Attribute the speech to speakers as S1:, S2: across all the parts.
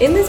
S1: In this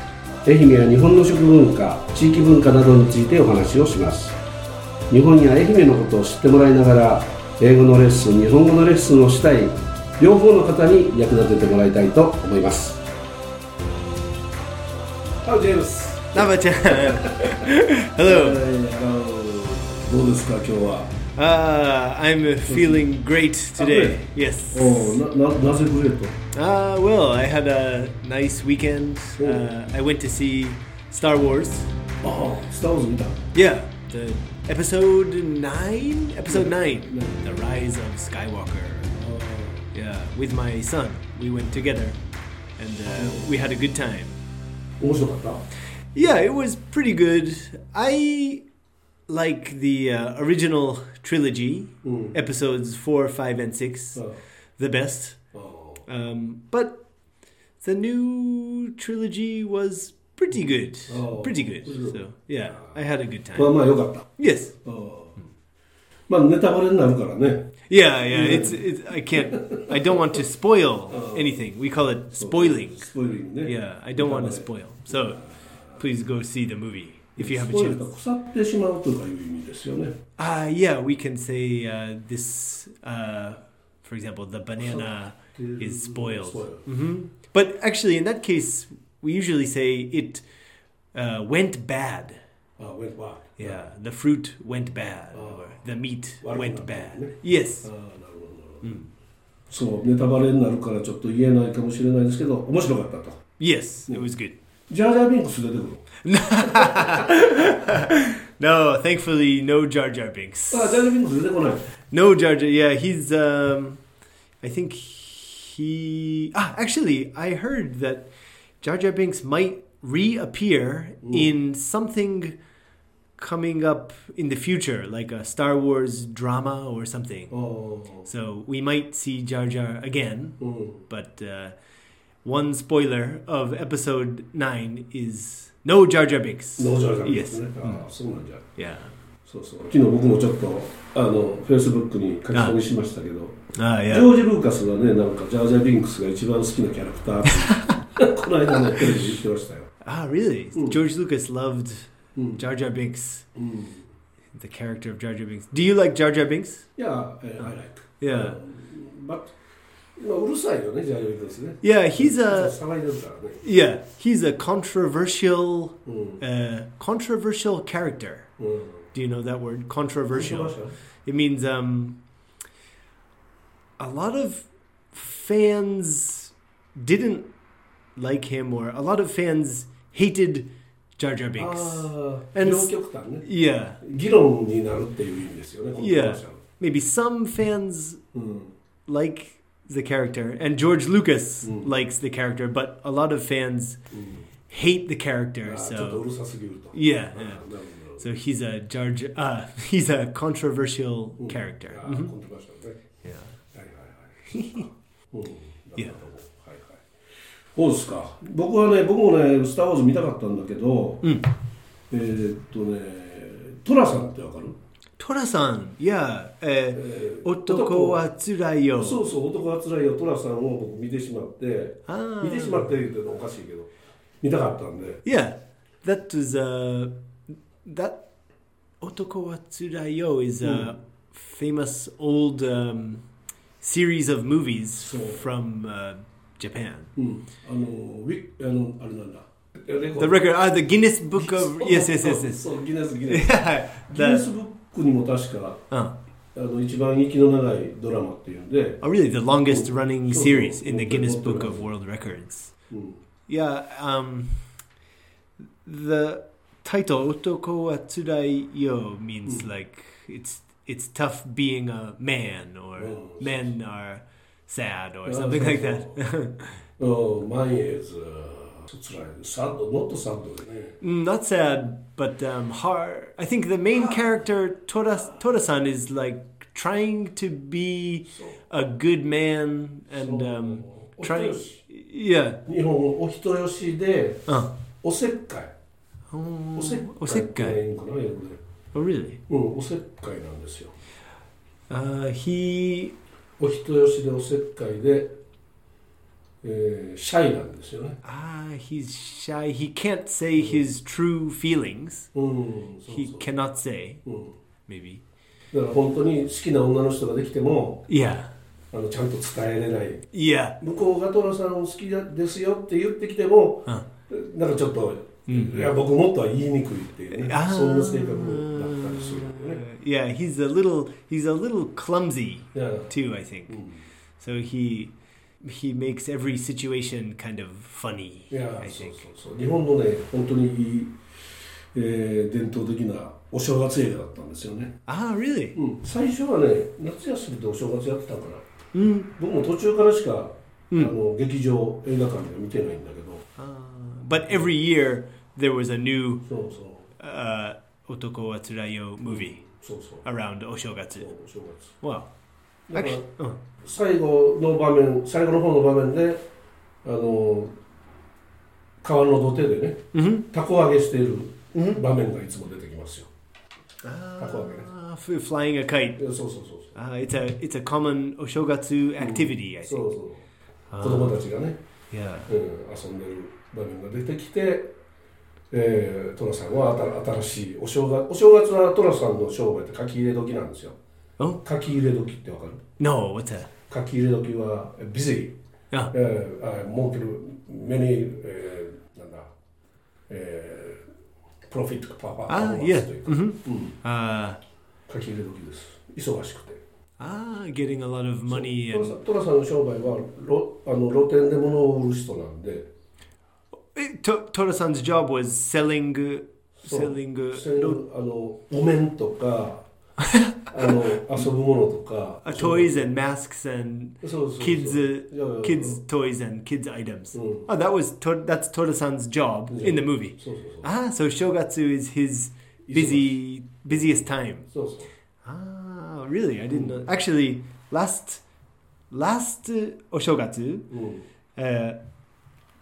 S2: 愛媛や日本の食文化地域文化などについてお話をします日本や愛媛のことを知ってもらいながら英語のレッスン日本語のレッスンをしたい両方の方に役立ててもらいたいと思いますはいジェームス
S3: Naba chan.
S4: はい
S3: Hello.
S4: あのどうですか今日は
S3: Uh, I'm feeling great today.
S4: Okay.
S3: Yes.
S4: おうなななぜグレート
S3: Uh, well, I had a nice weekend. Uh, I went to see Star Wars.
S4: ああスター・ウォーズ見た
S3: Yeah. The episode 9? Episode 9.
S4: Nine.
S3: The Rise of Skywalker. Yeah, with my son. We went together and uh, we had a good time.
S4: 面白かっ
S3: Yeah, it was pretty good. I like the uh, original trilogy,
S4: Mm.
S3: episodes four, five, and six,
S4: た
S3: the best.
S4: ああ
S3: Um, but the new trilogy was pretty good.
S4: Oh,
S3: pretty good.
S4: good.
S3: So, yeah, I had a good
S4: まあ
S3: time.
S4: まあよかったあ
S3: Yes.
S4: あまあネタバレになるからね
S3: Yeah, yeah. It's, it's I can't. I don't want to spoil anything. We call it spoiling.
S4: スポイルにね
S3: Yeah, I don't want to
S4: ネタバレ
S3: spoil. So, please go see the movie if you have a
S4: スポイル
S3: chance.
S4: が腐ってしまうとかいう意味ですよね
S3: Uh, yeah, we can say uh, this, uh, for example, the banana is spoiled.
S4: スポイル
S3: hmm But actually, in that case, we usually say it uh, went bad.
S4: ああウェルバー
S3: Yeah, the fruit went bad, or the meat
S4: Warm
S3: went
S4: up,
S3: bad.
S4: yeah.
S3: Yes.
S4: ああなるほどなるほどそうネタバレになるからちょっと言えないかもしれないですけど面白かったと
S3: Yes, it was good.
S4: ジャージャービンクス出てくる
S3: No, thankfully, no Jar Oh, Jar Binks.
S4: ああジャージャービンクス出てこない
S3: No Jar Jar. Yeah, he's. Um, I think he. Ah, actually, I heard that Jar Jar Binks might reappear in something coming up in the future, like a Star Wars drama or something.
S4: あ
S3: So we might see Jar Jar again,
S4: あうん
S3: but uh, one spoiler of episode nine is no Jar Jar Binks.
S4: 農場じゃないで
S3: Yes.
S4: すね。ああ、そうなんじゃ。
S3: Yeah.
S4: そうそう。昨日僕もちょっと、あの、フェイスブックに書き込みしましたけど、
S3: Ah,
S4: ジ
S3: yeah.
S4: ョージ・ルーカスはね、なんか、ジャージャー・ビンクスが一番好きなキャラクターって この間ね、テレビで言ってましたよ。
S3: Ah, really?
S4: Mm.
S3: George Lucas loved
S4: うん。
S3: Jar Jar Binks.
S4: うん、
S3: the character of Jar Jar Binks. Do you like Jar Jar Binks?
S4: いや、えー I like.
S3: Yeah.
S4: But、まあ、うるさいよね、ジャージャー・ビンクスね。
S3: Yeah, he's
S4: ちょっ
S3: a
S4: と騒いでるからね。
S3: yeah, he's a controversial
S4: うん。
S3: uh, controversial character.
S4: うん。
S3: Do you know that word?
S4: どう
S3: Controversial.
S4: しました
S3: It means um a lot of fans didn't like him or a lot of fans hated Jar Jar
S4: あ
S3: Binks.
S4: あ、
S3: And-
S4: 両極端ね。
S3: Yeah.
S4: 議論になるっていう意味ですよね、このコ
S3: Yeah.
S4: マーシャル
S3: Maybe some fans
S4: うん。
S3: like the character, and George Lucas
S4: Mm.
S3: likes the character, but a lot of fans
S4: うん
S3: hate the
S4: あ
S3: character.
S4: ーちょっとう
S3: so
S4: るさすぎると。
S3: Yeah,
S4: あー
S3: yeah.
S4: なるほどなるほど
S3: so he's a Jar Jar- uh, he's a controversial
S4: うん
S3: character. Mm.
S4: あー
S3: Mhm.
S4: コントロバーシャルね
S3: Yeah.
S4: はいはいはい うんなるほど
S3: い
S4: はい
S3: や
S4: はいそうですか僕はね僕もね「スター・ウォーズ」見たかったんだけど、
S3: うん
S4: えーっとねトラさんってわかる、
S3: Tora-san, yeah. Uh,
S4: えー
S3: 男は辛いよ。
S4: そうそう男はつらいよトラさんを僕見てしまって
S3: あー
S4: 見てしまって言うてのおかしいけど見たかったんで
S3: Yeah, that was uh, that Otoko wa Tsurai yo is a famous old um, series of movies
S4: So-
S3: from uh, Japan.
S4: うんあのウィあのあれなんだレコード
S3: The record, ah, the Guinness Book of
S4: そう
S3: yes, yes, yes,
S4: そう
S3: yes.
S4: そうギネスギ ネス
S3: Yeah,
S4: ギネ
S3: the,
S4: スブックにも確か
S3: uh,
S4: あの一番息の長いドラマっていうんで、
S3: oh, really, the longest running
S4: So-
S3: series in the Guinness
S4: so-
S3: Book of World Records.
S4: うん、
S3: Yeah, um, the title "Otoko wa Tsurai yo" means
S4: Mm.
S3: like it's it's tough being a man, or
S4: Oh,
S3: men are sad, or
S4: Oh,
S3: something
S4: so-
S3: like that.
S4: お My is、と辛いねサッドもっとサッドでね
S3: Mm, not sad, but um, hard. I think the main character Toda Toda-san is like trying to be
S4: そう
S3: a good man and
S4: そう
S3: um,
S4: お人
S3: trying.
S4: よし
S3: Yeah.
S4: 日本語お人よしで
S3: Uh.
S4: おせっかい
S3: Oh,
S4: おせっかいって
S3: Oseka.
S4: 言うんかな英語で
S3: Oh, really?
S4: うんおせっかいなんですよ
S3: Uh, he.
S4: お人よしでおせっかいで、えーシャイなんですよね
S3: Ah, he's shy. He can't say his true feelings.
S4: うんそう
S3: He
S4: そう
S3: cannot say.
S4: うん、
S3: Maybe.
S4: だから本当に好きな女の人ができても
S3: Yeah.
S4: あのちゃんと伝えれない
S3: Yeah.
S4: 向こうがトラさんを好きですよって言ってきても
S3: Uh.
S4: なんかちょっと、
S3: うん
S4: いや僕もっとは言いにくいっていうね
S3: Ah.
S4: そんな性格だったりするんだよね
S3: Yeah, he's a little he's a little clumsy
S4: いや
S3: too, I think.
S4: うん
S3: So he he makes every situation kind of funny.
S4: いや
S3: I
S4: そう
S3: think.
S4: そうそう日本のね本当にいい、えー伝統的なお正月映画だったんですよね、
S3: Ah, really?
S4: うん、最初はね夏休みでお正月やってたから
S3: Mm.
S4: 僕も途中からしか、
S3: うん
S4: あの劇場映画館では見てないんだけど
S3: Ah. but every year there was a new
S4: そうそう
S3: uh, Otoko wa Tsurayo movie
S4: そうそう
S3: around
S4: そう
S3: Oshogatsu.
S4: お正月
S3: Wow.
S4: だから
S3: Actually, uh,
S4: 最後の場面最後の方の場面であの川の土手でね
S3: mhm.
S4: たこ揚げしている場面がいつも出てきますよ、
S3: Ah, f- flying a kite.
S4: いやそうそうそうそう
S3: Ah, it's a it's a common Oshogatsu activity, I
S4: そ
S3: think.
S4: うそう
S3: Ah,
S4: 子供たちがね、
S3: yeah.
S4: うん、遊んでる場面が出てきて、えー、トラさんは新新しいお正月お正月はトラさんの商売って書き入れ時なんですよ
S3: お
S4: 書き入れ時ってわかる
S3: No, what's that?
S4: 書き入れ時は busy、
S3: あ
S4: えー、あ儲ける many、えー、なんだ、えー、profit power
S3: Ah,
S4: hours
S3: yeah.
S4: というか、
S3: hmm
S4: うん、
S3: Uh,
S4: 書き入れ時です忙しくて
S3: ah, getting a lot of money
S4: そう
S3: and
S4: トラさんトラさんの商売はろあの露店で物を売る人なんで
S3: Eh, To- Toda-san's job was selling, uh,
S4: そう
S3: selling. uh,
S4: そういうあのお面と かあの遊ぶものとか
S3: uh, toys and masks and
S4: そうそうそう
S3: kids, uh,
S4: いやいや
S3: kids toys and kids items.
S4: うん
S3: Oh, that was to- that's Toda-san's job
S4: Yeah.
S3: in the movie.
S4: そうそうそう
S3: Ah, so shogatsu is his busy busiest time.
S4: そうそう
S3: Ah, really? I didn't know. Actually, last last uh, oshogatsu,
S4: うん
S3: uh,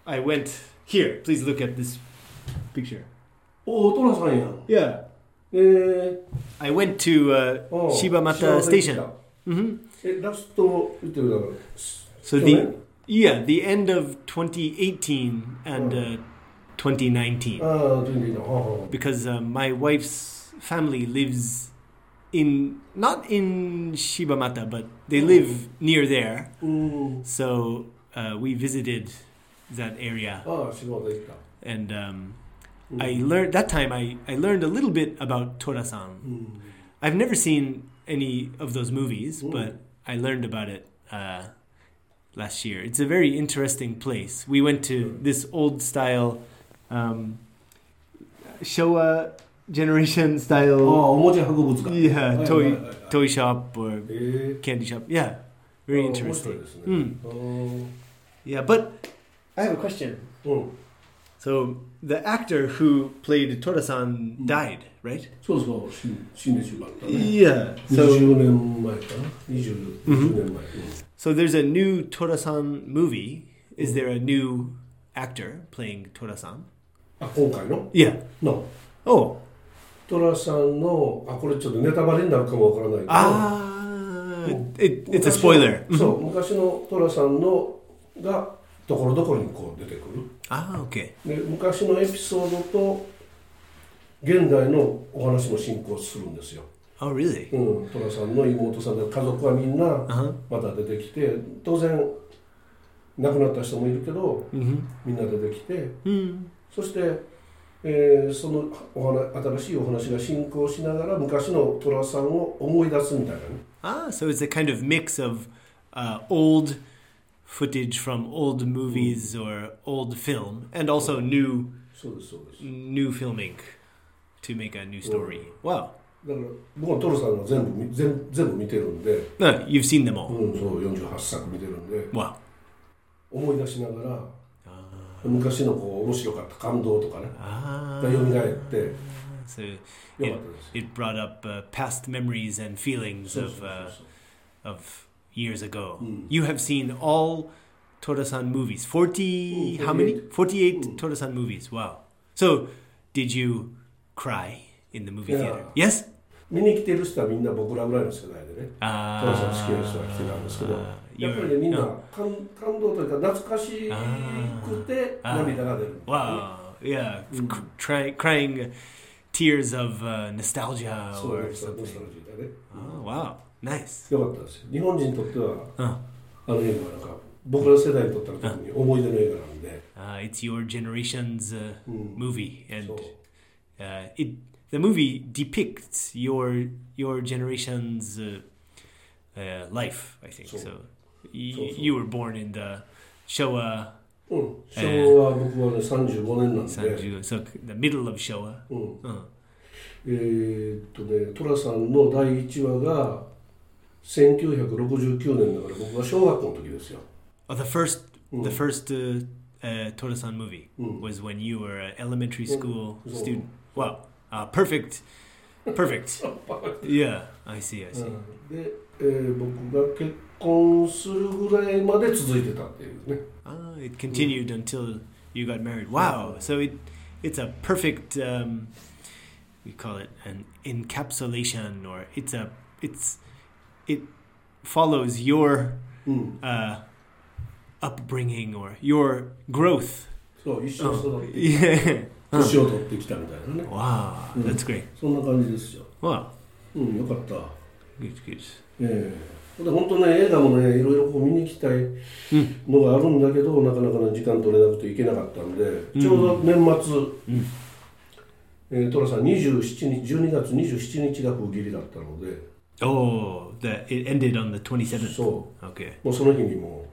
S3: I went here. Please look at this picture.
S4: おおトラさんやん
S3: Yeah.
S4: えー
S3: I went to uh,
S4: おう
S3: Shibamata
S4: 柴
S3: Station.
S4: 又
S3: hmm
S4: えラスト見てるだから
S3: So the yeah, the end of 2018 and uh, 2019
S4: ああ全然いいなああ
S3: because uh, my wife's family lives in not in Shibamata, but they live near there.
S4: うんあ
S3: So uh, we visited that area
S4: あ柴又行った
S3: and um,
S4: うん
S3: I learned that time I, I learned a little bit about
S4: う
S3: Torasan.
S4: ん
S3: I've never seen any of those movies,
S4: Mm.
S3: but I learned about it uh, last year. It's a very interesting place. We went to this old style um, Showa generation
S4: ああ
S3: style
S4: おもちゃ博物館
S3: yeah,
S4: はいはい
S3: toy
S4: はいはい
S3: toy shop or
S4: えー
S3: candy shop. Yeah, very
S4: ああ面白
S3: interesting.
S4: いですねあ
S3: う
S4: あ
S3: Yeah, but I have a question.
S4: うん
S3: So the actor who played Torasan
S4: Mm.
S3: died, right?
S4: そうそう死ん死んでしまったね
S3: Yeah. So
S4: 20年前かな 20, 20年前、
S3: so there's a new Torasan movie. Is there a new actor playing Torasan?
S4: あ今回の
S3: Yeah.
S4: の
S3: Oh.
S4: トラさんのあこれちょっとネタバレになるかもわからないけど
S3: Oh. Ah.
S4: Oh.
S3: It,
S4: 昔
S3: it's a
S4: の
S3: spoiler.
S4: そう昔のトラさんのがところどころにこう出てく
S3: Ah. Okay.
S4: るで昔のエピソードと現代のお話も進行するんですよ、
S3: Oh, really?
S4: うん、トラさんの妹さんの家族はみんな
S3: Uh huh.
S4: また出てきて当然亡くなった人もいるけど
S3: Mm-hmm.
S4: みんな出てきて
S3: Mm.
S4: そして、えーそのお話新しいお話が進行しながら昔の寅さんを思い出すみたいなね
S3: Ah. So it's a kind of mix of uh, old footage from old movies or old film, and also new.
S4: そうですそうです、
S3: new filming to make a new story. Wow.
S4: だから僕は寅さんの全部み全全部見てるんで、
S3: No, you've seen them
S4: う
S3: all.
S4: ん、そう48作見てるんで
S3: Wow.
S4: 思い出しながら
S3: Ah.
S4: 昔のこう面白かった感動とかねが
S3: Ah.
S4: 蘇って、
S3: So
S4: よか
S3: it,
S4: ったです。
S3: it brought up uh, past memories and feelings
S4: そうそう
S3: of
S4: そう
S3: uh,
S4: そう
S3: of years ago.
S4: Mm.
S3: You have seen all Torasan movies. 40
S4: Mm,
S3: how many?
S4: 48. Mm.
S3: 48 Torasan movies. Wow. So, did you cry in the movie
S4: Yeah.
S3: theater? Yes?
S4: 見に来てる人はみんな僕らぐらいの世代でね、
S3: Ah.
S4: トラさん好きな人が来てたんですけど、
S3: Ah,
S4: やっ
S3: you're-
S4: ぱりね、みんな
S3: no.
S4: 感感動というか、懐かしくて
S3: あー
S4: 涙が出る。
S3: Wow. Yeah.
S4: Mm.
S3: Cr- cry- crying tears of uh, nostalgia
S4: そう
S3: or
S4: でした、ノスタ
S3: something.
S4: ルジーだね。
S3: Oh, wow. Nice.
S4: よかったですよ。日本人にとっては、
S3: Uh,
S4: あの映画はなんか、僕ら世代にとっては特に思い出の映画なんで、
S3: uh, it's your generation's uh,
S4: うん、
S3: movie and
S4: そう
S3: uh, it the movie depicts your your generation's uh, uh, life. I think so.
S4: So-
S3: y-
S4: so- so.
S3: you were born in the Showa,
S4: うん、
S3: え
S4: 昭
S3: ー
S4: 和は僕はね、35年なんで、
S3: Sanju, so the middle of Showa.
S4: うん、
S3: Uh,
S4: えーっとね、寅さんの第1話が1969年だから僕が小学校の時ですよ。
S3: oh, the first
S4: うん
S3: the first uh, uh, Torasan movie
S4: うん
S3: was when you were an elementary school
S4: so-
S3: student. Wow, uh, perfect, perfect. yeah, I see. I see.
S4: うんで、えー僕が結婚するぐらいまで続いてたっていうね。
S3: Ah, it continued until you got married. Wow! So it it's a perfect um, we call it an encapsulation, or it's a it's it follows your
S4: うん、
S3: uh, upbringing or your growth.
S4: そう一緒に育
S3: Oh,
S4: ってき
S3: yeah.
S4: た、年を取ってきたみたいなね。
S3: Wow,
S4: Mm.
S3: that's great.
S4: そんな感じですよ。
S3: Wow,
S4: うん、よかった。
S3: good, good.
S4: ええで本当ね、映画もね、いろいろこう見に行きたいのがあるんだけど、なかなかね、時間取れなくて行けなかったんで、
S3: ん
S4: ちょうど年末、
S3: うん
S4: えー、寅さん27日、12月27日が封切りだったので、
S3: Oh, the it ended on the twenty seventh.
S4: そ
S3: Okay.
S4: う、もうその日にも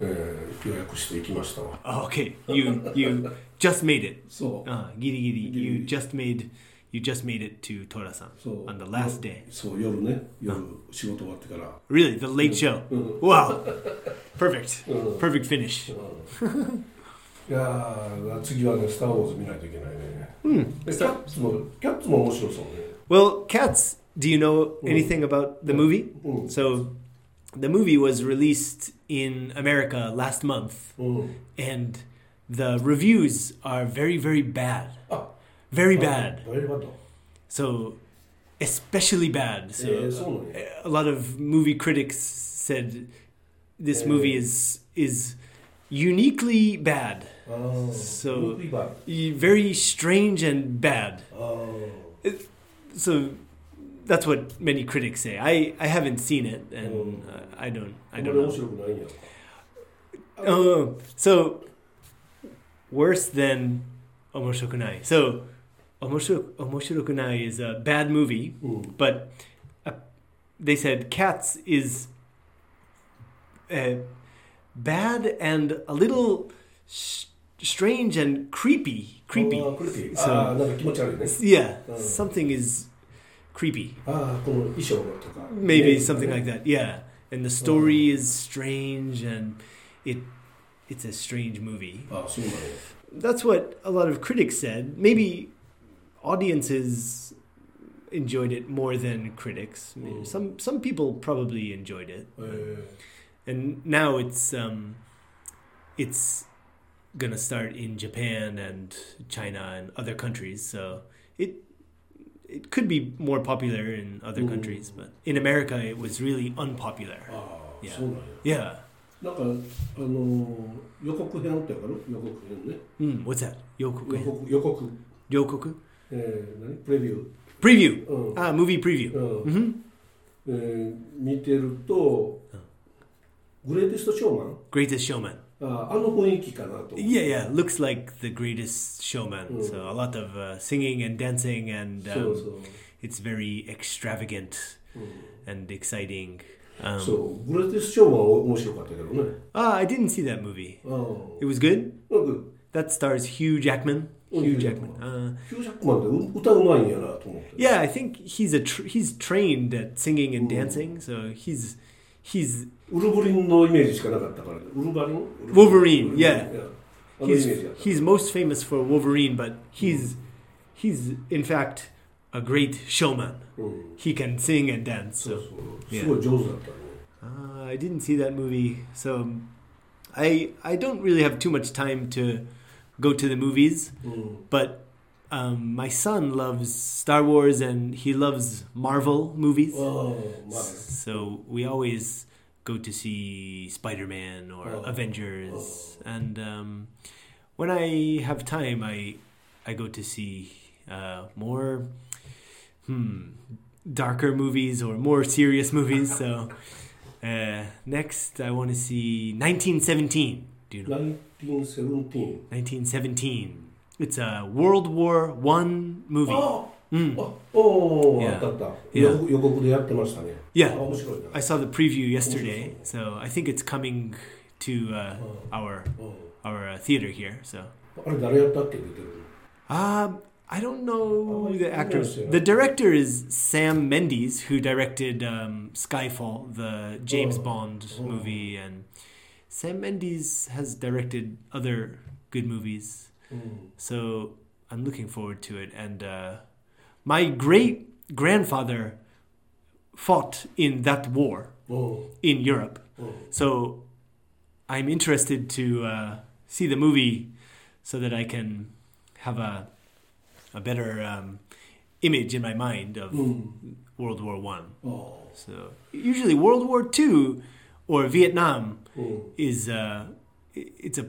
S4: う、えー予約していきましたわ。
S3: Oh, okay, you you just made it.
S4: そう、
S3: Ah, giri giri,
S4: Giri.
S3: you
S4: Oh.
S3: just made you just made it to Torasan
S4: そう
S3: on the last day.
S4: そう、夜ね、夜、仕事終わってから、
S3: Really, the late show.
S4: うん
S3: Wow, perfect,
S4: うん
S3: perfect finish.
S4: いやー次はね「スター・ウォーズ」見ないといけないね、でキャッツもキャッツも面白そうね
S3: Well, cats. Do you know anything about the movie?
S4: うん
S3: So, the movie was released in America last month,
S4: うん、
S3: and the reviews are very, very bad.
S4: あ
S3: Very
S4: Oh.
S3: bad.
S4: バリバッド
S3: So, especially bad. So,
S4: えー、そうなんや
S3: a lot of movie critics said this
S4: Yeah.
S3: movie is is uniquely bad,
S4: あー
S3: So-
S4: ブルックリンバー
S3: E- very strange and bad.
S4: あー
S3: So that's what many critics say. I, I haven't seen it,
S4: Mm.
S3: and uh, I don't
S4: あ
S3: I
S4: んま
S3: don't
S4: り面
S3: know.
S4: 白くないんや
S3: Oh, so worse than omoshokunai. So omosho- omoshirokunai is a bad movie.
S4: うん、
S3: but uh, they said cats is uh, bad and a little s strange and creepy
S4: あ
S3: creepy
S4: ークリーピー
S3: So-
S4: あーなんか気持ち悪いね
S3: yeah
S4: Oh.
S3: something is creepy
S4: ああこの衣装のとかね
S3: maybe something like that yeah and the story is strange and it it's a strange movie
S4: ああそうなんや
S3: that's what a lot of critics said maybe audiences enjoyed it more than critics
S4: Mm.
S3: some some people probably enjoyed it
S4: えー
S3: and now it's um, it's gonna start in Japan and China and other countries. So it it could be more popular in other
S4: Mm.
S3: countries, but in America it was really unpopular.
S4: ああ
S3: Yeah.
S4: そうなんや
S3: Yeah.
S4: なんかあのー予告編ってわかる予告編ね
S3: Mm, what's that?
S4: 予
S3: Yokoku.
S4: 告予告
S3: Yokoku.
S4: えー、何プレビュ
S3: Preview.
S4: ーうん、
S3: Ah, movie preview.
S4: うん
S3: hmm
S4: えー見てると、グレイテストショーマン
S3: Greatest Showman.
S4: ああの雰囲気かなと
S3: Yeah, yeah. Looks like the Greatest Showman.
S4: Mm.
S3: So a lot of uh, singing and dancing, and
S4: そう
S3: um,
S4: そう、
S3: it's very extravagant.
S4: う
S3: and exciting. Um,
S4: ん、そうグレイテストショーマンは面白かったけどね
S3: ah, I didn't see that movie.
S4: ああ
S3: It was good.
S4: なんか
S3: That stars Hugh Jackman.
S4: Oh, Hugh
S3: Hugh Jackman. Uh,
S4: ヒュージャックマンってう歌うまいんやなと思って、
S3: yeah, I think he's a tr- he's trained at singing and
S4: Mm.
S3: dancing, so he's he's
S4: ウルヴリンのイメージしかなかったからウルヴァリンウルヴァ
S3: Wolverine, yeah.
S4: リンあのイメージだ
S3: he's
S4: った
S3: he's most famous for Wolverine, but
S4: Mm.
S3: he's he's in fact a great showman.
S4: うん、
S3: He can sing and dance.
S4: そう
S3: So
S4: そう
S3: Yeah.
S4: すごい上手だっ
S3: uh, I didn't see that movie, so I I don't really have too much time to go to the movies.
S4: たね、うん、
S3: But um, my son loves Star Wars and he loves Marvel movies.
S4: ああまあ
S3: So we always go to see Spider Man or
S4: Oh.
S3: Avengers, and um, when I have time, I I go to see uh, more hmm, darker movies or more serious movies. so uh, next, I want to see 1917. Do you know
S4: 1917
S3: 1917? It's a World War One movie.
S4: あ
S3: Mm.
S4: あおお、
S3: Yeah.
S4: あったあった、
S3: Yeah.
S4: 予告予告でやってましたね
S3: Yeah.
S4: あ面白いな
S3: I saw the preview yesterday, so I think it's coming to uh,
S4: Oh.
S3: our
S4: う
S3: our uh, theater here. So
S4: ん、あれ誰やったっけ出てる
S3: um, I don't know
S4: Oh,
S3: the
S4: yeah,
S3: actors.
S4: yeah.
S3: The director is Sam Mendes, who directed um, Skyfall, the James
S4: Oh.
S3: Bond
S4: Oh.
S3: movie, and Sam Mendes has directed other good movies.
S4: の、
S3: So I'm looking forward to it. And uh, my great grandfather fought in that war
S4: うんうん
S3: in Europe.
S4: うん
S3: So I'm interested to uh, see the movie so that I can have a a better um, image in my mind of
S4: うん、
S3: World War One.
S4: ああ
S3: So usually World War Two or Vietnam
S4: うん
S3: is uh, i- it's a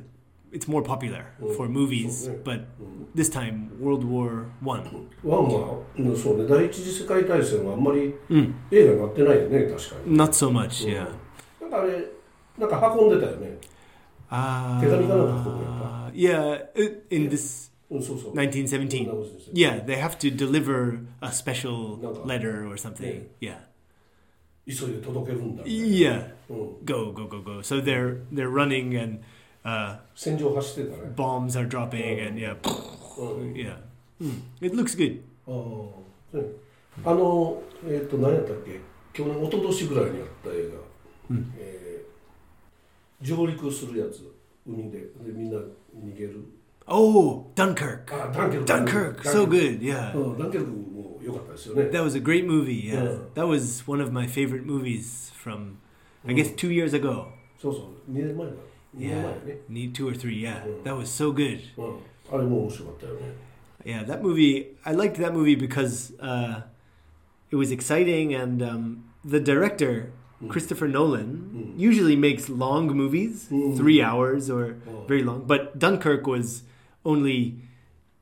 S3: it's more popular
S4: Mm.
S3: for movies,
S4: Mm.
S3: but
S4: うん
S3: this time World War One.
S4: ワンは、うん、そうね第一次世界大戦はあんまり
S3: Mm.
S4: 映画になってないよね確かに
S3: Not so much,
S4: Hmm.
S3: yeah.
S4: なんかあれなんか運んでたよね
S3: Uh, yeah, i- in this
S4: うんそうそう
S3: 1917.
S4: そんなことですよ
S3: Yeah, they have to deliver a special
S4: No.
S3: letter or something. Yeah.
S4: 急いで届けるんだ、
S3: Yeah.
S4: うん、
S3: Go, go, go, go. So they're they're running and uh,
S4: 戦場走ってたね
S3: bombs are dropping and yeah,
S4: うん
S3: yeah. Mm. It looks good.
S4: ああ、ねあの、えっ、と、何やったっけ、去年、一昨年ぐらいにやった映画、
S3: うん
S4: えー上陸するやつ、海で、でみんな逃げる。
S3: Oh, Dunkirk.
S4: あ、ダンケルク。
S3: Dunkirk,
S4: ダ
S3: so
S4: ンケル
S3: good. Yeah.
S4: クうん、ダンケルクも良かったですよね。
S3: That was a great movie. Yeah.
S4: Oh, Yeah.
S3: That was one of my favorite movies from I guess 2 years ago.
S4: そうそう、2年前だ。二年
S3: Yeah.
S4: 前ね。
S3: Need 2 or 3. Yeah.
S4: Mm.
S3: That was so good.
S4: うん、あれも面白かったよね。
S3: Yeah, that movie. I liked that movie because uh, it was exciting, and um, the director Christopher Nolan
S4: Mm.
S3: usually makes long movies,
S4: Mm.
S3: three hours or
S4: Oh.
S3: very long. But Dunkirk was only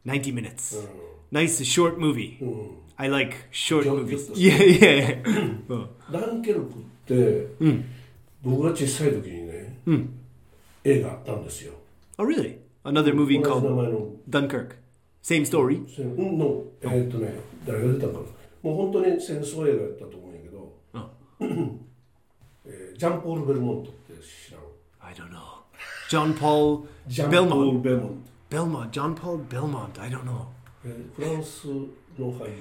S3: ninety minutes.
S4: う
S3: Nice short movie.
S4: んうん、
S3: I like short
S4: Just- just-
S3: movies. Yeah, yeah. yeah. oh.
S4: ダンケルクって、
S3: Mm.
S4: 僕が小さい時にね、
S3: Mm.
S4: 映画あったんですよ。
S3: oh, really? Another movie
S4: 同じ名
S3: called
S4: 前の
S3: Dunkirk. Same story.
S4: せんうんのえーっとね誰が出たかなもう本当に戦争映画やったと思うんやけど、
S3: あ
S4: えージャンポール・ベルモントって知らん
S3: I don't know. John Paul
S4: ジャン
S3: Belmont
S4: ポール・ベルモント、
S3: Belmont. John Paul Belmont. I don't know.
S4: えーフランスの俳優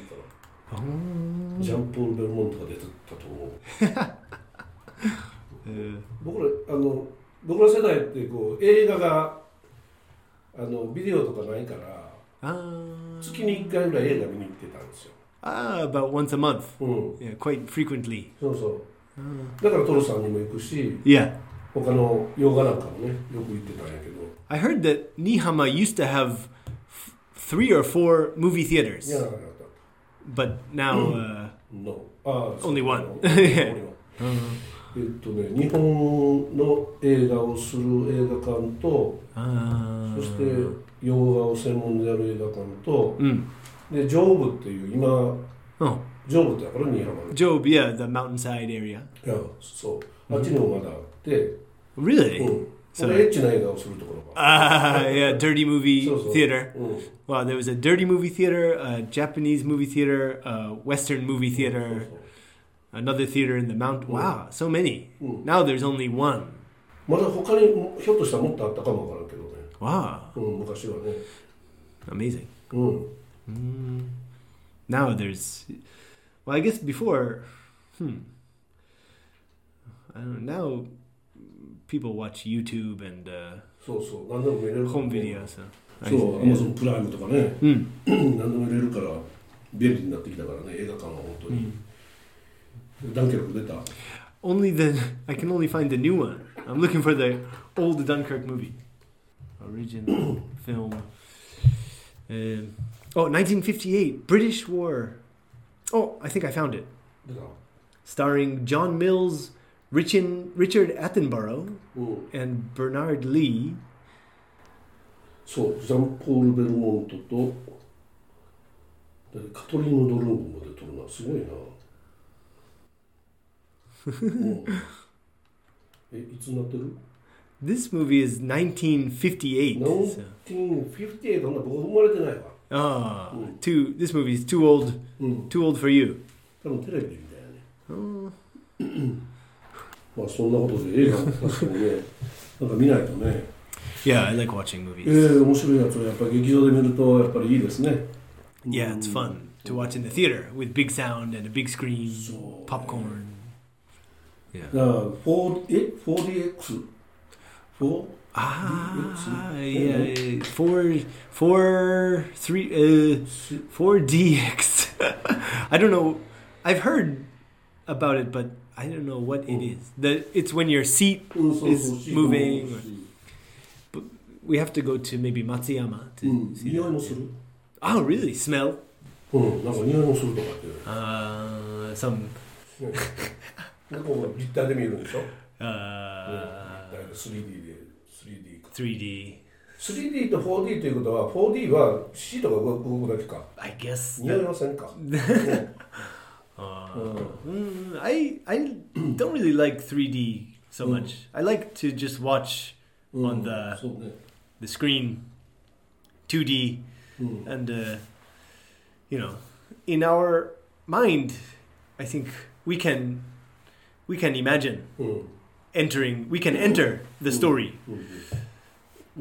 S4: かなジャンポール・ベルモントが出てたと思う 僕らあの僕ら世代ってこう映画があのビデオとかないから月
S3: Uh,
S4: に1回ぐらい映画見に行ってたんですよ、
S3: ah, about once a month.
S4: うん、
S3: Yeah, quite frequently. Ah.
S4: そうそうだからトロさんにも行くし
S3: Yeah.
S4: 他の洋画なんかもねよく行ってたんやけど
S3: I heard that Nihama used to have f- three or four movie
S4: い
S3: theaters,
S4: やなかった。
S3: but now. Uh,
S4: No. ああ、そう
S3: Only one.
S4: あの only one えっとね、日本の映画をする映画館と、
S3: uh,
S4: そして洋画を専門でやる映画館と、
S3: mm.
S4: で、ジョーブっていう、今、
S3: Oh,
S4: ジョーブってやから、新浜の。い
S3: Job, yeah, the mountainside area.
S4: や、そう。あっちにもまだあって、
S3: Really?
S4: うん。
S3: そ
S4: そうれエッチな映画をするところが。
S3: Ah, yeah, dirty movie
S4: そうそう。
S3: theater.
S4: うん。
S3: Wow, there was a dirty movie theater, a Japanese movie theater, a Western movie
S4: そう
S3: theater,
S4: そう
S3: another theater in the mountain. Wow, so many.
S4: うん。
S3: Now there's only one.
S4: まだ他にも、ひょっとしたらもっとあったかもわからんけどね。
S3: Wow,
S4: うん、昔はね。
S3: amazing.
S4: うん。
S3: Mm. Now there's, well, I guess before, hmm, I don't know. Now people watch YouTube and uh,
S4: そうそう何でも見れる
S3: home video. So,
S4: そうアマゾンプライムとかね
S3: Mm.
S4: 何でも見れるから便利になってきたからね映画館は本当
S3: Hmm.
S4: に、ダンケルク出た
S3: Only the I can only find the new one. I'm looking for the old Dunkirk movie, original film. Um, oh, 1958 British War. Oh, I think I found it.
S4: 出た
S3: Starring John Mills, Richin, Richard Attenborough,
S4: うん、
S3: and Bernard Lee.
S4: そうジャンポール・ベルモントとでカトリーヌ・ドルームまで撮るなすごいなうんえいつになってる
S3: This movie is 1958. so-
S4: 1958なんだ僕生まれてないわ
S3: Ah,
S4: Mm.
S3: too. This movie is too old.
S4: うん
S3: Too old for you.
S4: 多分テレビで見たよねまあそんなことで映 画も確かにねなんか見ないとね
S3: Yeah, I like watching
S4: え
S3: movies.
S4: ー、面白いやつはやっぱり劇場で見るとやっぱりいいですね
S3: Yeah, it's fun to watch in the theater with big sound and a big screen,
S4: So,
S3: popcorn. Yeah.
S4: だから4え 4DX 4?
S3: Ah, yeah. Four, four, three, uh, four DX. I don't know. I've heard about it, but I don't know what it is. The it's when your seat.
S4: うんそう
S3: Is
S4: そうシートも
S3: moving
S4: 多いし
S3: We have to go to maybe Matsuyama
S4: う
S3: to
S4: ん
S3: see
S4: 匂いもす
S3: that.
S4: る
S3: Oh, really? Smell?
S4: うんなんか匂いもするとかっていう
S3: Uh, some.
S4: なんかこう立体で見るんでしょ、
S3: Uh,
S4: うん、立体で 3D で 3D か
S3: 3D.
S4: 3D と 4D ということは 4D はシートが動く動くだけか
S3: I guess.
S4: 似合い
S3: that-
S4: ませんか
S3: Mm, I I don't really like 3D so much. I like to just watch
S4: うん
S3: on the
S4: そうね
S3: the screen, 2D,
S4: うん
S3: and uh, you know, in our mind, I think we can we can imagine
S4: うん
S3: entering. We can enter the story
S4: うん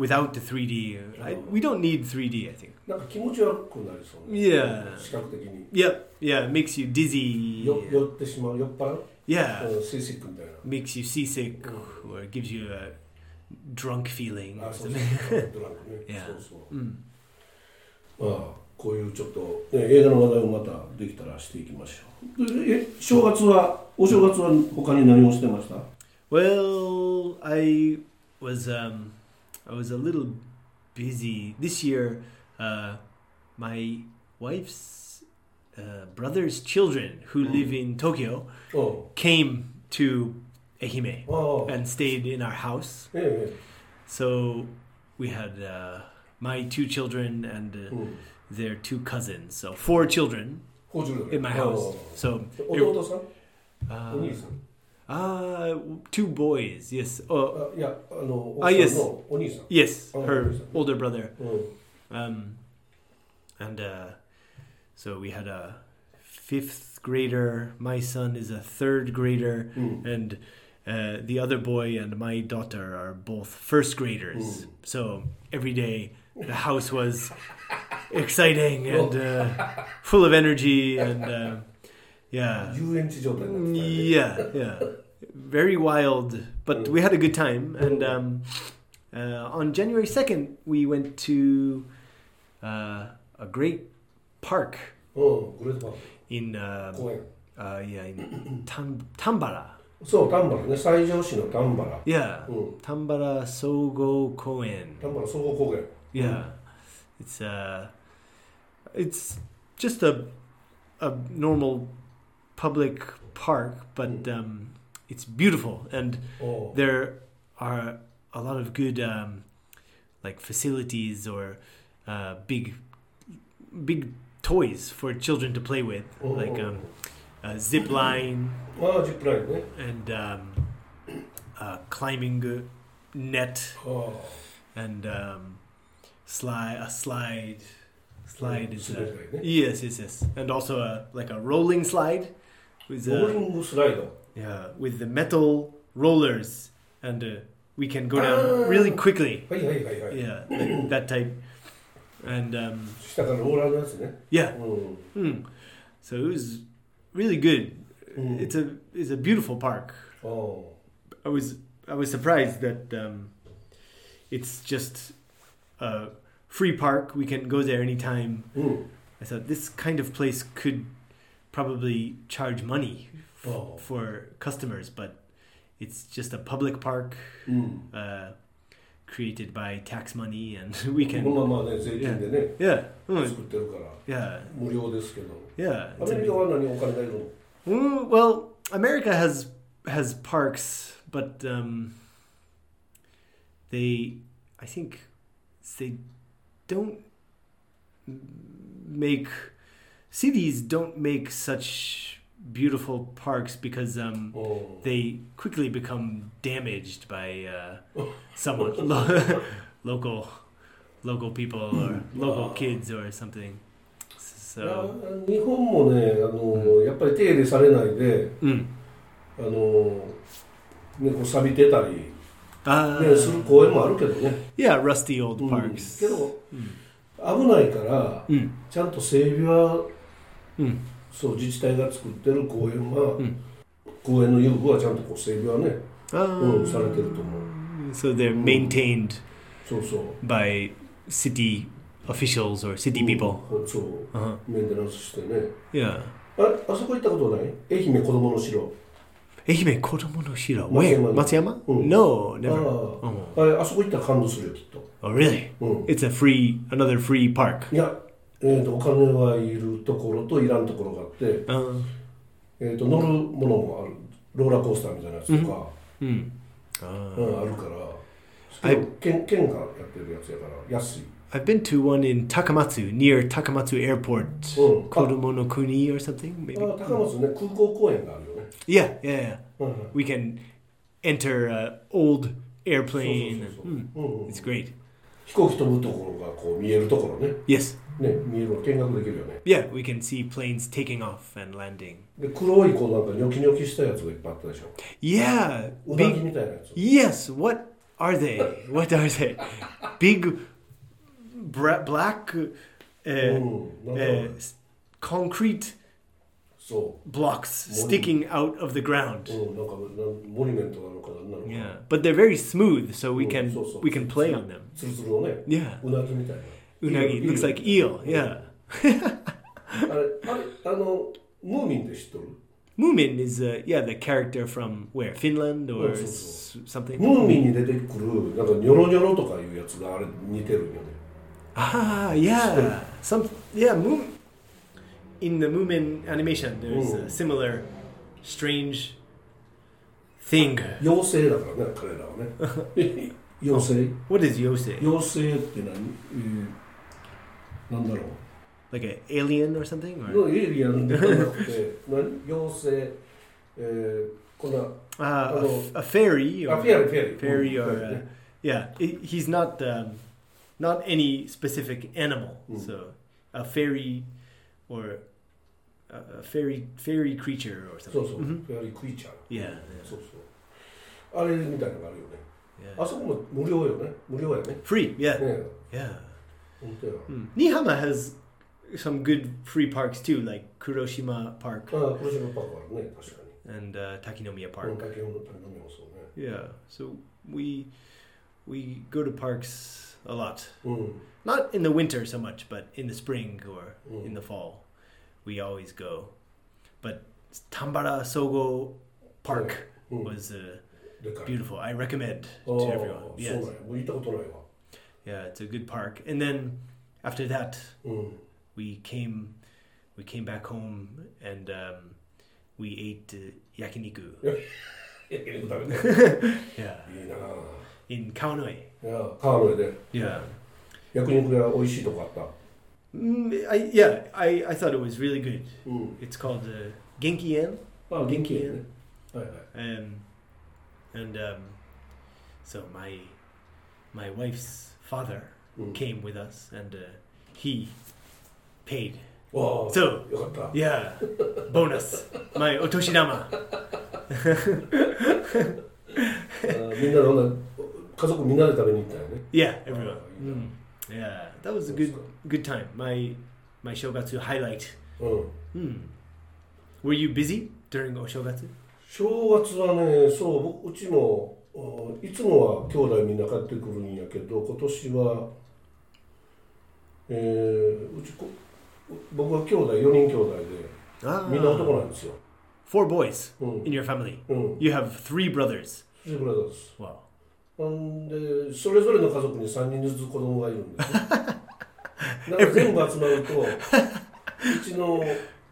S3: without the 3D. I, we don't need 3D. I think.
S4: なんか気持ち悪くなりそうね
S3: Yeah.
S4: 視覚的に
S3: Yep. Yeah. It makes you
S4: よ
S3: dizzy.
S4: 酔ってしまう酔っ払う
S3: Yeah.
S4: うんシーシックみたい
S3: makes you seasick
S4: Mm.
S3: or gives you a drunk feeling.
S4: な
S3: or
S4: あそうそう
S3: something.
S4: ドラゴンね
S3: Yeah.
S4: そうそう
S3: Mm.
S4: まあこういうちょっと、ね、映画の話題をまたできたらしていきましょうでえ正月はお正月は他に何をしてました
S3: Well, I was um, I was a little busy this year. Uh, my wife's uh, brother's children, who live in Tokyo,
S4: おう
S3: came to Ehime
S4: ああ
S3: and stayed in our house.
S4: え
S3: So we had uh, my two children and
S4: え、う
S3: uh,
S4: ん、
S3: their two cousins. So four children.
S4: 補充
S3: in my house. So
S4: 弟さん、
S3: uh,
S4: お兄さん
S3: uh, two boys. Yes. Oh,
S4: あいやあの奥
S3: あ
S4: さん
S3: yes
S4: のお兄さん
S3: yes.
S4: Oh,
S3: Her
S4: okay.
S3: older brother.
S4: うん、
S3: Um, and uh, so we had a fifth grader. My son is a third grader,
S4: うん、
S3: and uh, the other boy and my daughter are both first graders.
S4: Mm.
S3: So every day the house was exciting and uh, full of energy and uh, yeah.
S4: 遊園地状態になってたよね
S3: Mm, yeah yeah very wild but we had a good time and um, uh, on january 2nd we went to uh, a great park
S4: うんグレートパー
S3: in uh,
S4: ク公園
S3: uh, yeah in Tan- tambara
S4: そう丹原ね西条市の丹原
S3: yeah
S4: うん
S3: tambara sogo koen
S4: 丹原総合公園
S3: yeah it's uh it's just a a normal public park but um, it's beautiful and
S4: おう
S3: there are a lot of good um, like facilities or uh, big big toys for children to play with
S4: おう
S3: like um, a zip line
S4: ああジップラインね
S3: and um, a climbing net
S4: ああ
S3: and um, slide a slide slide is
S4: 滑り
S3: a,
S4: 台ね
S3: yes yes yes and also a like a rolling slide with
S4: ローリ
S3: a,
S4: ングスライド
S3: yeah with the metal rollers and uh, we can go down
S4: Ah.
S3: really quickly
S4: はいはいはいはい、
S3: yeah like that type and um,
S4: 下からローラーのやつね
S3: yeah
S4: うん、
S3: hmm. so it was really good
S4: Mm.
S3: it's a it's a beautiful park
S4: ああ
S3: i was i was surprised that um, it's just a free park. We can go there anytime.
S4: うん
S3: I thought this kind of place could probably charge money f-
S4: Oh.
S3: for customers, but it's just a public park
S4: うん
S3: uh, created by tax money, and we
S4: こ
S3: can
S4: のままね税金でね
S3: yeah, mm,
S4: 作ってるから
S3: yeah,
S4: 無料ですけど
S3: yeah.
S4: ア
S3: it's a
S4: メリ
S3: big-
S4: カは何お金ないの
S3: Mm, well, America has has parks, but um, they, I think, they don't m- make cities don't make such beautiful parks because um,
S4: うん
S3: they quickly become damaged by uh, someone lo- local local people or local
S4: Ah.
S3: kids or something.
S4: いや
S3: So
S4: 日本もねあのやっぱり手入れされないで
S3: mm.
S4: あのねこう錆びてたり
S3: Uh,
S4: ねする公園もあるけどね
S3: Yeah, rusty old
S4: うん
S3: parks.
S4: けど
S3: Mm.
S4: 危ないから
S3: Mm.
S4: ちゃんと整備は
S3: Mm.
S4: そう自治体が作ってる公園は、
S3: うん
S4: 公園の遊具はちゃんとこう整備はね、うん、されてると
S3: Uh,
S4: 思う
S3: so they're
S4: Mm.
S3: maintained
S4: そうそう
S3: by city officials or
S4: Mm.
S3: city people.
S4: うんそう
S3: Uh-huh.
S4: メンテナンスしてね
S3: Yeah.
S4: ああそこ行ったことない愛媛子どもの城
S3: Ehime Kotomo no Shiro. Eh, Where? Matsuyama?
S4: Matsuyama. Mm. Ah.
S3: No,
S4: あ
S3: never. Oh.
S4: ああれあそこ行ったら感動するよきっと、
S3: oh, really?
S4: うん、
S3: It's a free, another free park.
S4: いや、えー、とお金はいるところといらんところがあって、
S3: Uh,
S4: えー、と乗るものもあるローラーコースターみたいなやつとか、
S3: mm.
S4: うん
S3: Uh,
S4: あるから
S3: は
S4: け
S3: い
S4: ど県県がやってるやつやから安い
S3: I've been to one in Takamatsu, near Takamatsu Airport.
S4: Oh.
S3: Kodomo no Kuni or something,
S4: あ
S3: maybe?
S4: ー高松ね空港公園があるよね
S3: Yeah, yeah, yeah.
S4: うんうん
S3: We can enter uh, old
S4: そうそうそうそ
S3: airplane.
S4: う
S3: Mm.
S4: うんうん
S3: It's great.
S4: 飛行機飛ぶところがこう見えるところね
S3: Yes.
S4: ね見える見学できるよね
S3: Yeah, we can see planes taking off and landing.
S4: で黒いこうなんかニョキニョキしたやつがいっぱいあったでしょ
S3: Yeah.
S4: うなぎ
S3: Big.
S4: みたいなやつ
S3: Yes. What are they? What are they? Big, bra- black, uh,
S4: うんな
S3: uh,
S4: んか、
S3: s- concrete
S4: そ
S3: blocks sticking out of the
S4: う、う
S3: ground.
S4: ん、なんかなんモニュメントなのかなんなのか、
S3: Yeah, but they're very smooth, so we
S4: Oh,
S3: can
S4: so- so-
S3: we can
S4: so-
S3: play
S4: so-
S3: on them.
S4: ツルツルのね
S3: Yeah.
S4: うなぎみたいな
S3: Unagi looks like eel. Yeah.
S4: あれあれあのムーミンって知っとる
S3: Moomin is uh, yeah the character from where Finland or
S4: Oh, so-
S3: s- something.
S4: ムーミンに出てくるなんかニョロニョロとかいうやつがあれ似てるよね
S3: Ah, yeah. Some yeah, Moon in the Moomin animation there's a
S4: Mm.
S3: similar strange thing.
S4: 妖精だからね彼らは ね妖精
S3: What is Yosei?
S4: 妖精って何、えー、なんだろう
S3: Like an alien or something?
S4: の
S3: Or
S4: エイリアンではなくて何妖精、えー、こんな
S3: uh, a, f- a fairy
S4: あ
S3: or
S4: フェアリーフェアリー
S3: fairy
S4: うん
S3: or uh, yeah, i he's not um, not any specific animal.
S4: Mm.
S3: So a fairy or a a fairy fairy creature or
S4: そ
S3: something.
S4: うそう、
S3: Mhm.
S4: フェアリークイーチャー
S3: Yeah,
S4: そうそうあれみたいなのがあるよね
S3: yeah,
S4: あ
S3: yeah.
S4: そこも無料よね無料やねね
S3: Free, yeah,
S4: え
S3: yeah.
S4: 本当や
S3: Mm. Nihama has some good free parks too, like Kuroshima Park
S4: ああ黒島パークあるね確かに
S3: and uh, Takinomiya
S4: うん
S3: Park.
S4: 竹雄の谷のもそうね
S3: Yeah, so we we go to parks a lot.
S4: うん、
S3: Not in the winter so much, but in the spring or
S4: Mm.
S3: in the fall, we always go. But Tambara Sogo Park
S4: うん、
S3: was uh,
S4: でかい
S3: beautiful. I recommend
S4: ああ
S3: to
S4: そう
S3: everyone.
S4: なん
S3: Yes,
S4: やもう行ったことないわ
S3: yeah, it's a good park. And then after that,
S4: うん、
S3: we came we came back home and um, we ate uh, yakiniku
S4: ええ食べて
S3: yeah
S4: いいなあ
S3: in Kawanoi
S4: いや川の上で
S3: yeah
S4: 焼肉屋美味しいとこあった
S3: mm, I, yeah I, I thought it was really good
S4: うん、
S3: it's called uh, Genki En
S4: あ元気や
S3: Genki
S4: ねはいはい
S3: um, and um, so my my wife's father
S4: うん、
S3: came with us and uh, he paid
S4: わあ
S3: so
S4: よかった
S3: yeah bonus my otoshidama
S4: あみんなでほんな家族みんなで食べに行ったよね
S3: yeah everyone
S4: Oh, yeah.
S3: mm. yeah that was a good good time. My my shogatsu highlight.
S4: うん
S3: Hmm. Were you busy during Oshogatsu?
S4: 正月はねそう僕うちもあいつもは兄弟みんな帰ってくるんやけど今年は、えーうちこ僕は兄弟4人兄弟で
S3: Ah,
S4: みんな男なんですよ、
S3: Four boys
S4: うん
S3: in your family.
S4: うん、
S3: You have three brothers.
S4: シブラザーズ
S3: Wow.
S4: ほんでそれぞれの家族に3人ずつ子供がいるんですね なんか全部集まるとうちの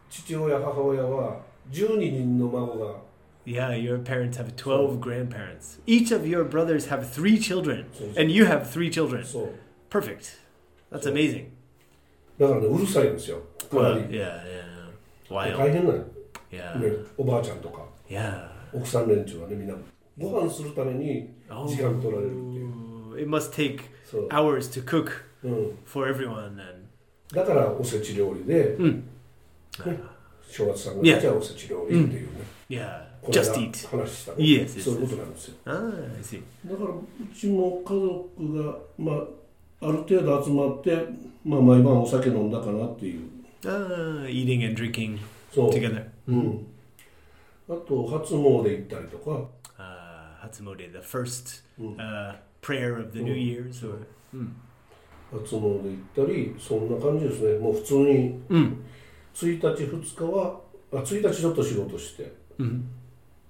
S4: 父親母親は12人の孫が
S3: Yeah, your parents have 12 grandparents. Each of your brothers have three children,
S4: So-
S3: and you have three children.
S4: そう
S3: Perfect. That's
S4: So-
S3: amazing.
S4: だからねうるさいんですよかな
S3: Well,
S4: り
S3: yeah, yeah.
S4: 大
S3: Wild.
S4: 変なのよ、
S3: Yeah.
S4: ね、おばあちゃんとか
S3: Yeah.
S4: 奥さん連中はねみんなご飯するために時間取られるっていう
S3: Oh, it must take
S4: そう
S3: hours to cook
S4: うん、
S3: for everyone then.
S4: だからおせち料理で
S3: Mm.
S4: 正月さんが
S3: Yeah.
S4: じゃあおせち料理っていうね、
S3: Yeah.
S4: この
S3: Just
S4: 間
S3: eat.
S4: 話した、ね
S3: Yes, yes,
S4: そういうことなんですよ
S3: Ah, I see.
S4: だからうちも家族が、まあ、ある程度集まって、まあ、毎晩お酒飲んだかなっていう
S3: Ah, eating and drinking
S4: そう、
S3: together.
S4: うん、あと初詣行ったりとか
S3: Uh, Hatsumode, the first
S4: うん
S3: uh, prayer of the New
S4: Mm.
S3: Year's. Or, mm.
S4: 初詣行ったりそんな感じですねもう普通に
S3: Mm.
S4: 1日2日はあ1日ちょっと仕事して
S3: Mm.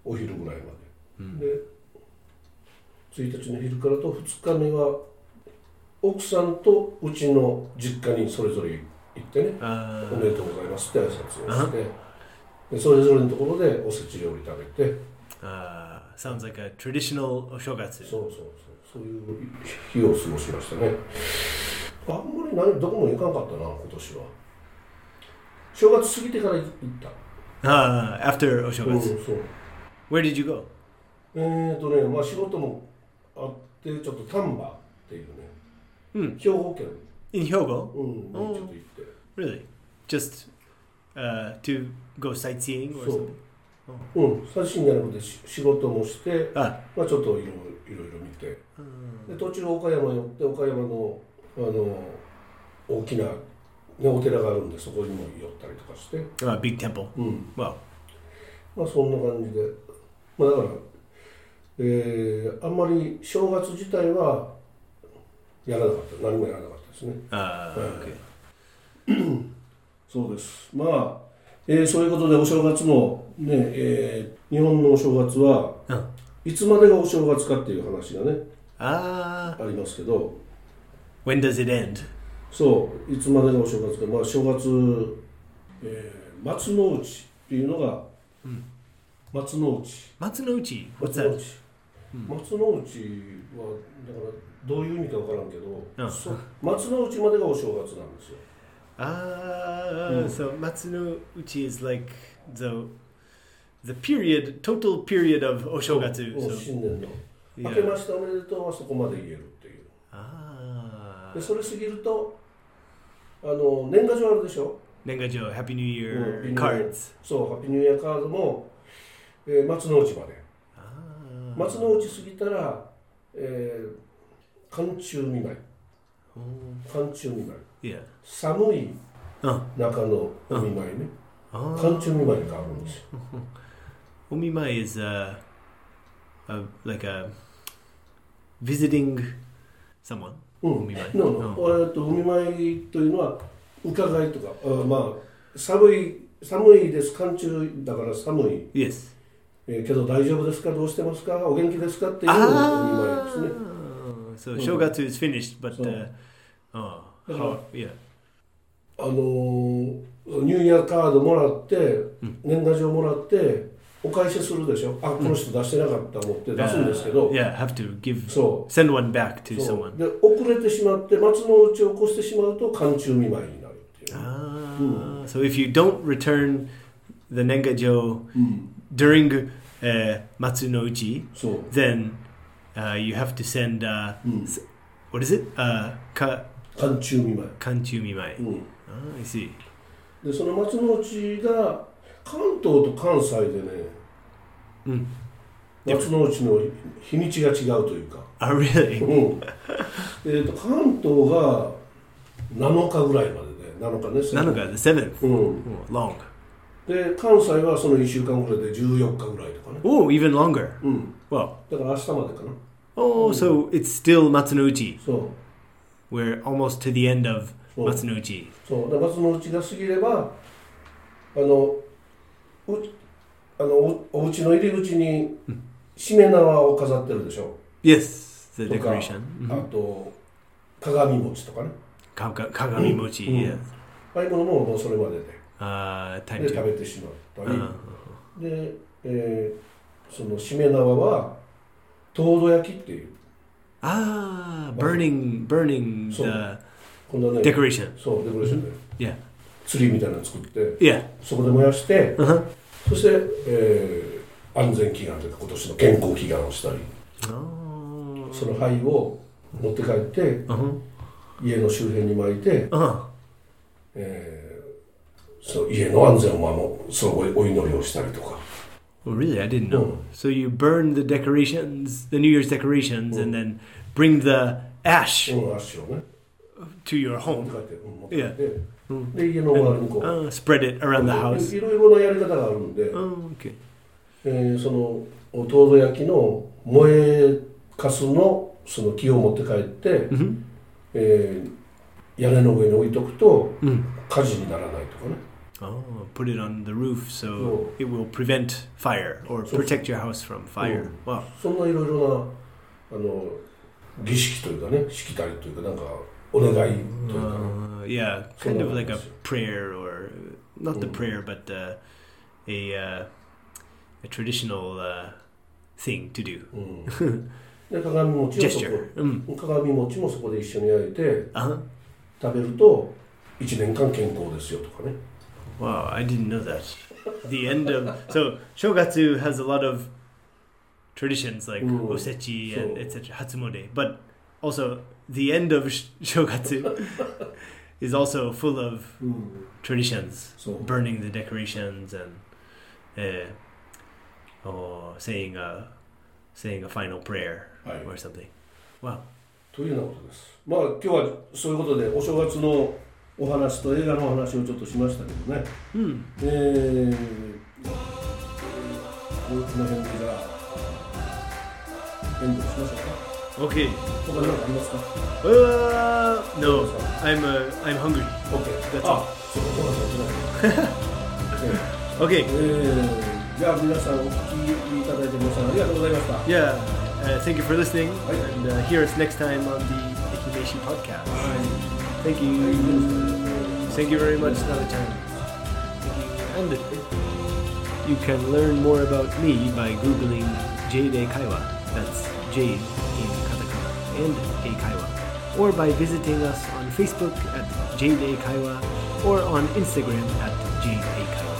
S4: お昼ぐらいま
S3: Mm.
S4: でで1日の昼からと2日目は奥さんとうちの実家にそれぞれ行ってね
S3: Uh,
S4: おめでとうございますって挨拶をして、でそれぞれのところでおせち料理食べて、
S3: uh, sounds like a traditional
S4: そ
S3: oshogatsu.
S4: うそうそう、そういう日を過ごしましたね。あんまり何どこも行かなかったな、今年は。正月過ぎてから行った。
S3: Ah, after
S4: うん、
S3: oshogatsu.
S4: そう。
S3: Where did you go?
S4: えー、とね、まあ仕事もあって、ちょっと丹波っていうね、
S3: うん
S4: 兵庫県、
S3: In Hyogo?
S4: うん、
S3: おー
S4: にちょっと行って。
S3: Really? Just uh, to go sightseeing or
S4: そう
S3: something?
S4: うん、最新じゃなくてし仕事もして、
S3: Ah,
S4: まあちょっといろいろいろいろ見て。で
S3: uh,
S4: 途中岡山寄って岡山のあの大きな、ね、お寺があるんでそこにも寄ったりとかして、
S3: ah, big temple.
S4: うん、
S3: Wow.
S4: まあそんな感じで、まあ、だから、えーあんまり正月自体はやらなかった何もやらなかったですね
S3: Ah, okay.
S4: そうですまあ、えーそういうことでお正月もね、えー日本のお正月は
S3: うん
S4: いつまでがお正月かっていう話がねあ
S3: Ah,
S4: りますけど
S3: when does it end?
S4: そういつまでがお正月か、まあ、正月、えー松の内っていうのが、
S3: うん
S4: 松の内
S3: Matsunouchi. What's
S4: 松の
S3: that?
S4: 内
S3: うん
S4: 松の内はだからどういう意味か分からんけど、
S3: うん
S4: そ松の内までがお正月なんですよ
S3: Ah, so Matsunouchi is like the the period, total period of
S4: も
S3: oshogatsu.
S4: う
S3: So,
S4: 新年の、明け
S3: yeah.
S4: ましておめでとうはそこまで言えるっていう
S3: Ah.
S4: でそれ過ぎるとあの年賀状あるでしょ
S3: Nengajo, Happy New Year
S4: Mm, New
S3: cards.
S4: そうハッピーニューイヤーカードも、えー松の内まで
S3: Ah.
S4: 松の内過ぎたら、えー、寒中見舞い
S3: Oh,
S4: 寒中見舞い
S3: yeah.
S4: 寒い
S3: Oh.
S4: 中のお見舞いね
S3: oh.
S4: 寒中見舞いがあるんですよ
S3: Omimai is uh, a, like a visiting someone. Oh.
S4: うん
S3: 海舞い
S4: ののえっとお見舞いというのは伺いとかあまあ寒い寒いです寒中だから寒い、
S3: Yes.
S4: えーけど大丈夫ですかどうしてますかお元気ですかっていうお見舞いですね
S3: Ah, so Shogatsu is finished, but uh,
S4: So-
S3: oh,
S4: So-
S3: how- yeah.
S4: あのーニューイヤーカードもらって、年賀状もらってお返しするでしょあこの人出してなかった思って出すんですけど、
S3: Uh, yeah, have to give
S4: そう
S3: send one back to
S4: そう
S3: someone.
S4: で遅れてしまって松の内を越してしまうと寒中見舞いになるっていう、
S3: Ah,
S4: Mm.
S3: so if you don't return the Nengajo during uh, Matsunouchi,
S4: そう
S3: then uh, you have to send uh,
S4: うん
S3: what is it? Uh, ka
S4: 寒中見舞い、
S3: kanchumimai.
S4: うん、
S3: Ah, I see.
S4: でその松の内が関東と関西でね
S3: Mm.
S4: 松の内の日にちが違うというか、
S3: Oh,
S4: う
S3: really?
S4: んえー、と関東が7日ぐらいまでで、ね、7日ね
S3: Nanoga, the seventh.
S4: うん
S3: Oh, long.
S4: でで関西はその1週間ぐらいで14日ぐらいとかね
S3: Oh, even longer.
S4: うん
S3: Well,
S4: だから明日までかな
S3: oh, so it's still Matsunuchi.
S4: そう
S3: We're almost to the end of
S4: Oh.
S3: Matsunuchi.
S4: そうで松の内が過ぎればあのうあのおお家の入り口にしめ縄を飾ってるでしょ
S3: Yes, the
S4: とか、
S3: decoration. Mm-hmm.
S4: あと鏡餅とかね
S3: Kaga- Kagami mochi, yeah.
S4: ああいうものももうそれまでで
S3: Uh,
S4: で
S3: time
S4: 食
S3: to.
S4: べてしまったり
S3: Uh,
S4: で、えーそのしめ縄は糖度焼きっていう
S3: ah, burning, burning
S4: So-
S3: the
S4: こんなね
S3: decoration.
S4: そうデコレーションで
S3: Yeah,
S4: 釣りみたいなの作って
S3: yeah.
S4: そこで燃やして
S3: Uh huh.
S4: そして、えー安全祈願というか今年の健康祈願をしたり
S3: Oh.
S4: その灰を持って帰って
S3: Uh huh.
S4: 家の周辺に巻いて、
S3: Uh huh.
S4: えーその家の安全を守るそのおお祈りをしたりとか
S3: Well, Oh, really, I didn't know. So you burn the decorations, the New Year's decorations, and then bring the ash
S4: その足をね
S3: to your
S4: 持って帰
S3: home.
S4: ってうん持って帰って
S3: うん
S4: で家の周りにこう
S3: Uh, spread it around the
S4: い
S3: house.
S4: いろいろなやり方があるんで、
S3: Oh, okay.
S4: えーそのお糖度焼きの燃えかすのその木を持って帰って、
S3: Mhm.
S4: えー屋根の上に置いとくと
S3: Mm.
S4: 火事にならないとかね
S3: Oh, put it on the roof so
S4: Oh.
S3: it will prevent fire or
S4: So- Oh.
S3: protect your house from fire. Wow.
S4: そんないろいろなあの儀式というかねしきたりというかなんかお願いというかね、
S3: Uh, yeah,
S4: So
S3: kind of
S4: what
S3: like a
S4: happens?
S3: prayer or not the
S4: Mm.
S3: prayer, but uh, a uh, a traditional uh, thing to do.
S4: うん、で鏡餅をそ
S3: Gesture. Mm.
S4: こ鏡餅もそこで一緒に焼いて
S3: Uh huh.
S4: 食べると1年間健康ですよとかね
S3: Wow, I didn't know that. The end of so shogatsu has a lot of traditions like
S4: Mm.
S3: osechi and
S4: So-
S3: etc. Hatsumode, but also the end of sh- shogatsu is also full of
S4: うん、
S3: traditions,
S4: そう
S3: burning the decorations and uh, or saying a saying a final prayer
S4: はい
S3: or something. Wow.
S4: というようなことですまあ今日はそういうことでお正月のお話と映画のお話をちょっとしましたけどね
S3: Hmm.
S4: えー、こんな辺でじゃあ、エンドしましょう
S3: Okay.
S4: か。他何かありますか
S3: Uh, no, I'm uh, I'm hungry.
S4: ?OK。
S3: That's
S4: あ、そうか、そうか、そうか。
S3: Okay.
S4: えー、じゃあ皆さんお聞きいただいて皆さんありがとうございました。はい。
S3: Yeah, uh, thank you for listening,
S4: Bye.
S3: and uh, hear us next time on the Ikimeshi podcast. Thank you. Thank you very much, Nana-chan. And you can learn more about me by googling Jade Kaiwa. That's Jade in katakana and A Kaiwa, or by visiting us on Facebook at Jade Kaiwa or on Instagram at Jade Kaiwa.